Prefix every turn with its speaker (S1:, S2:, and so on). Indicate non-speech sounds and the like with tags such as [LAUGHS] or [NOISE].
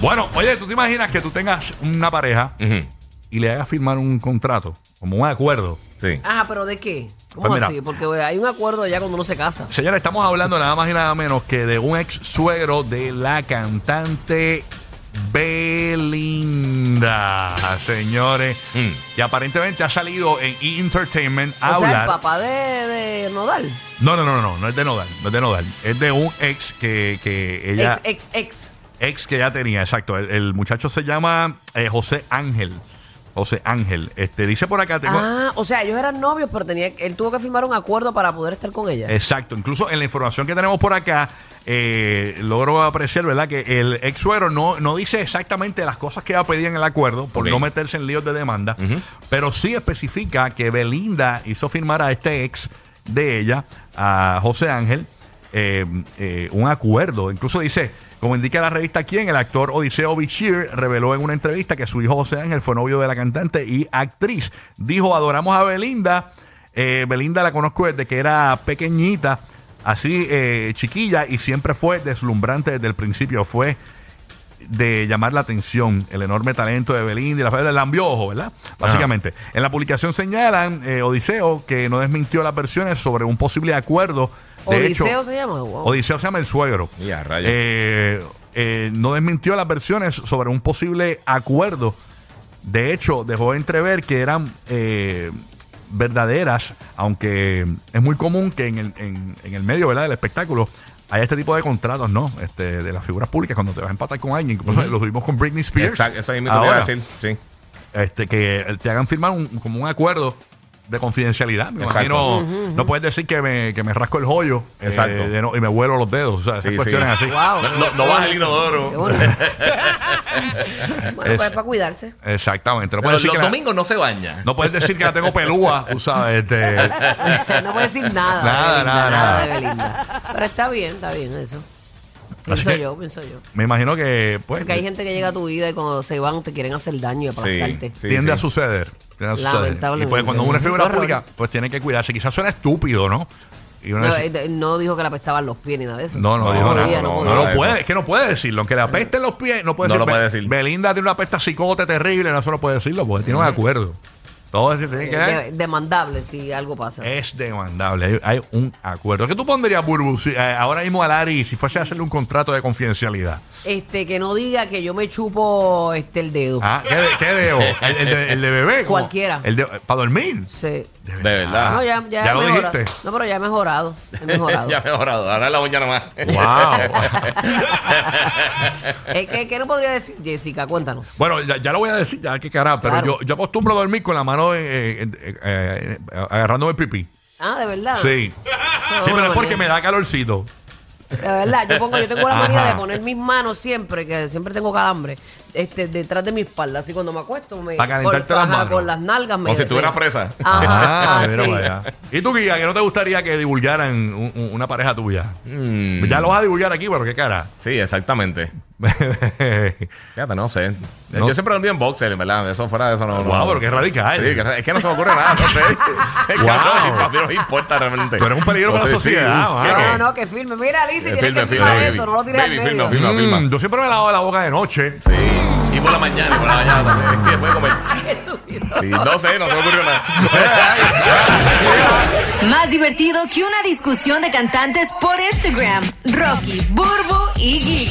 S1: Bueno, oye, ¿tú te imaginas que tú tengas una pareja
S2: Ujú.
S1: y le hagas firmar un contrato, como un acuerdo?
S2: Sí.
S3: Ah, pero ¿de qué? ¿Cómo
S1: Pues mira.
S3: así? Porque bueno, hay un acuerdo ya cuando uno se casa.
S1: Señores, estamos hablando nada más y nada menos que de un ex suegro de la cantante Belinda, señores.
S2: Mm.
S1: Y aparentemente ha salido en E! Entertainment a
S3: O sea, el
S1: hablar.
S3: papá de, de Nodal.
S1: No, no, no, no, no es de Nodal, no es de Nodal. Es de un ex que, que ella.
S3: Ex, ex, ex.
S1: Ex que ya tenía, exacto. El, el muchacho se llama eh, José Ángel. José Ángel. Este, dice por acá, tengo-
S3: Ah, o sea, ellos eran novios, pero tenía, él tuvo que firmar un acuerdo para poder estar con ella.
S1: Exacto. Incluso en la información que tenemos por acá, eh, logro apreciar, ¿verdad? Que el ex suegro no, no dice exactamente las cosas que va a pedir en el acuerdo por
S2: Ok.
S1: no meterse en líos de demanda, pero sí especifica que Belinda hizo firmar a este ex de ella, a José Ángel, eh, eh, un acuerdo. Incluso dice, como indica la revista Quién, el actor Odiseo Bichir reveló en una entrevista que su hijo José Ángel fue novio de la cantante y actriz. Dijo, adoramos a Belinda. Eh, Belinda la conozco desde que era pequeñita, así eh, chiquilla, y siempre fue deslumbrante desde el principio. Fue de llamar la atención el enorme talento de Belinda y la fiebre del ambiojo, ¿verdad? Básicamente. En la publicación señalan eh, Odiseo que no desmintió las versiones sobre un posible acuerdo. De
S3: Odiseo
S1: hecho,
S3: se llama. Wow.
S1: Odiseo se llama el suegro.
S2: Y a rayos.
S1: Eh, eh, no desmintió las versiones sobre un posible acuerdo. De hecho, dejó entrever que eran eh, verdaderas, aunque es muy común que en el, en- en el medio ¿verdad? del espectáculo haya este tipo de contratos, ¿no? Este, de las figuras públicas, cuando te vas a empatar con alguien, como lo tuvimos con Britney Spears.
S2: Exacto, eso mismo te voy a
S1: Ahora,
S2: decir. Sí.
S1: Este, que te hagan firmar un- como un acuerdo de confidencialidad. Me
S2: Exacto.
S1: imagino, no puedes decir que me, que me rasco el joyo eh,
S2: Exacto.
S1: de no- y me vuelo los dedos. O sea, esas
S2: Sí, sí.
S1: cuestiones así.
S3: Wow,
S2: No- no- no vas al inodoro.
S1: [LAUGHS]
S3: Qué bonito. bueno, pues para cuidarse.
S1: Exactamente. No
S2: Pero
S1: puedes,
S2: los
S1: decir que la,
S2: domingos no se baña.
S1: no puedes decir que la tengo
S2: [LAUGHS]
S1: pelúa, tú sabes. este,
S3: No voy a decir nada.
S1: Nada,
S3: de Belinda,
S1: nada, nada.
S3: de Belinda. Pero está bien, está bien eso. Pienso
S1: que-
S3: yo, pienso yo.
S1: me imagino que pues,
S3: Porque hay gente que llega a tu vida y cuando se van te quieren hacer daño y aplastarte.
S2: Sí,
S1: tiende a
S2: sí.
S1: suceder. tiende a suceder.
S3: Lamentablemente.
S1: Y pues cuando uno es figura
S3: Horror.
S1: pública, pues tiene que cuidarse. Quizás suena estúpido, ¿no? Y uno
S3: No,
S1: dice-
S3: eh, no dijo que le apestaban los pies ni nada de eso.
S1: no, no,
S2: No,
S1: dijo
S2: no,
S1: nada.
S2: no,
S1: No,
S2: no,
S1: lo
S2: nada de
S1: puede,
S2: eso.
S1: es que no puede decirlo. Aunque le apesten los pies, no puede
S2: No
S1: decir.
S2: lo puede
S1: "Be-
S2: decir".
S1: Belinda tiene una pesta psicótica terrible, no, eso no puede decirlo, porque tiene un acuerdo. Todo eso tiene
S3: Eh,
S1: que dar-
S3: de- demandable si algo pasa.
S1: Es demandable, hay, hay un acuerdo. ¿Qué tú pondrías, Burbu, si, eh, ahora mismo a Lari si fuese a hacerle un contrato de confidencialidad?
S3: Este, que no diga que yo me chupo este el dedo.
S1: Ah, ¿Qué, de- qué debo? ¿El, el de, el de bebé? ¿Cómo?
S3: Cualquiera.
S1: El de- ¿Para dormir?
S3: Sí.
S2: De verdad.
S3: no, ya, ya,
S1: ¿ya
S3: he
S1: lo
S3: mejorado.
S1: dijiste?
S3: No, pero ya he mejorado.
S1: [LAUGHS]
S3: He mejorado.
S2: ya mejorado. Ahora la mañana más. [LAUGHS]
S1: ¡Wow!
S3: Eh, ¿qué, qué no podría decir Jessica? Cuéntanos.
S1: [LAUGHS] bueno, ya, ya lo voy a decir, ya que carajo, pero
S3: Claro.
S1: yo, yo acostumbro a dormir con la mano eh, eh, eh, eh, agarrándome el pipí.
S3: Ah, de verdad.
S1: Sí.
S3: Eso
S1: Sí, pero
S3: una
S1: es porque me
S3: manía.
S1: da calorcito.
S3: De verdad, yo pongo, yo tengo la manía
S1: Ajá.
S3: de poner mis manos siempre, que siempre tengo calambre, este, detrás de mi espalda. Así cuando me acuesto, me
S1: Pa' calentarte
S3: con,
S1: las
S3: ajá,
S1: manos.
S3: con las nalgas me.
S2: Como si estuviera
S3: me-
S2: presa.
S3: Ajá,
S1: Ah,
S3: ah,
S1: [LAUGHS] mira
S3: sí.
S1: para allá. ¿Y tú, Guía, que no te gustaría que divulgaran un- un- una pareja tuya?
S2: Mm,
S1: Ya lo vas a divulgar aquí, pero qué cara.
S2: Sí, exactamente. Fíjate, no sé.
S1: No.
S2: Yo siempre dormí en boxer, en verdad. Eso fuera de eso no.
S1: Guau,
S2: no.
S1: pero qué radical.
S2: Sí, que ra- es que no se me ocurre nada, no
S1: [LAUGHS]
S2: sé. [LAUGHS] Es que
S1: Guau.
S2: a mí- a mí no me importa realmente.
S1: Tú eres un peligro para la sociedad,
S2: uf,
S1: mano.
S2: qué-
S3: No, no, que firme. Mira, Alicia,
S2: Ah, Que firme,
S3: tienes que
S2: firme,
S3: firmar
S2: baby.
S3: eso, no lo tires al
S2: Baby,
S3: medio.
S2: firma, firma.
S1: Mm, yo siempre me lavo la boca de noche.
S2: Sí, y por la mañana, y por la mañana también. Y después comer.
S3: [LAUGHS] Qué estúpido.
S2: Sí, no sé, no se me
S1: [LAUGHS]
S2: ocurrió [LAUGHS] nada.
S4: Más divertido que una discusión de cantantes por Instagram. Rocky, Burbu y Geek.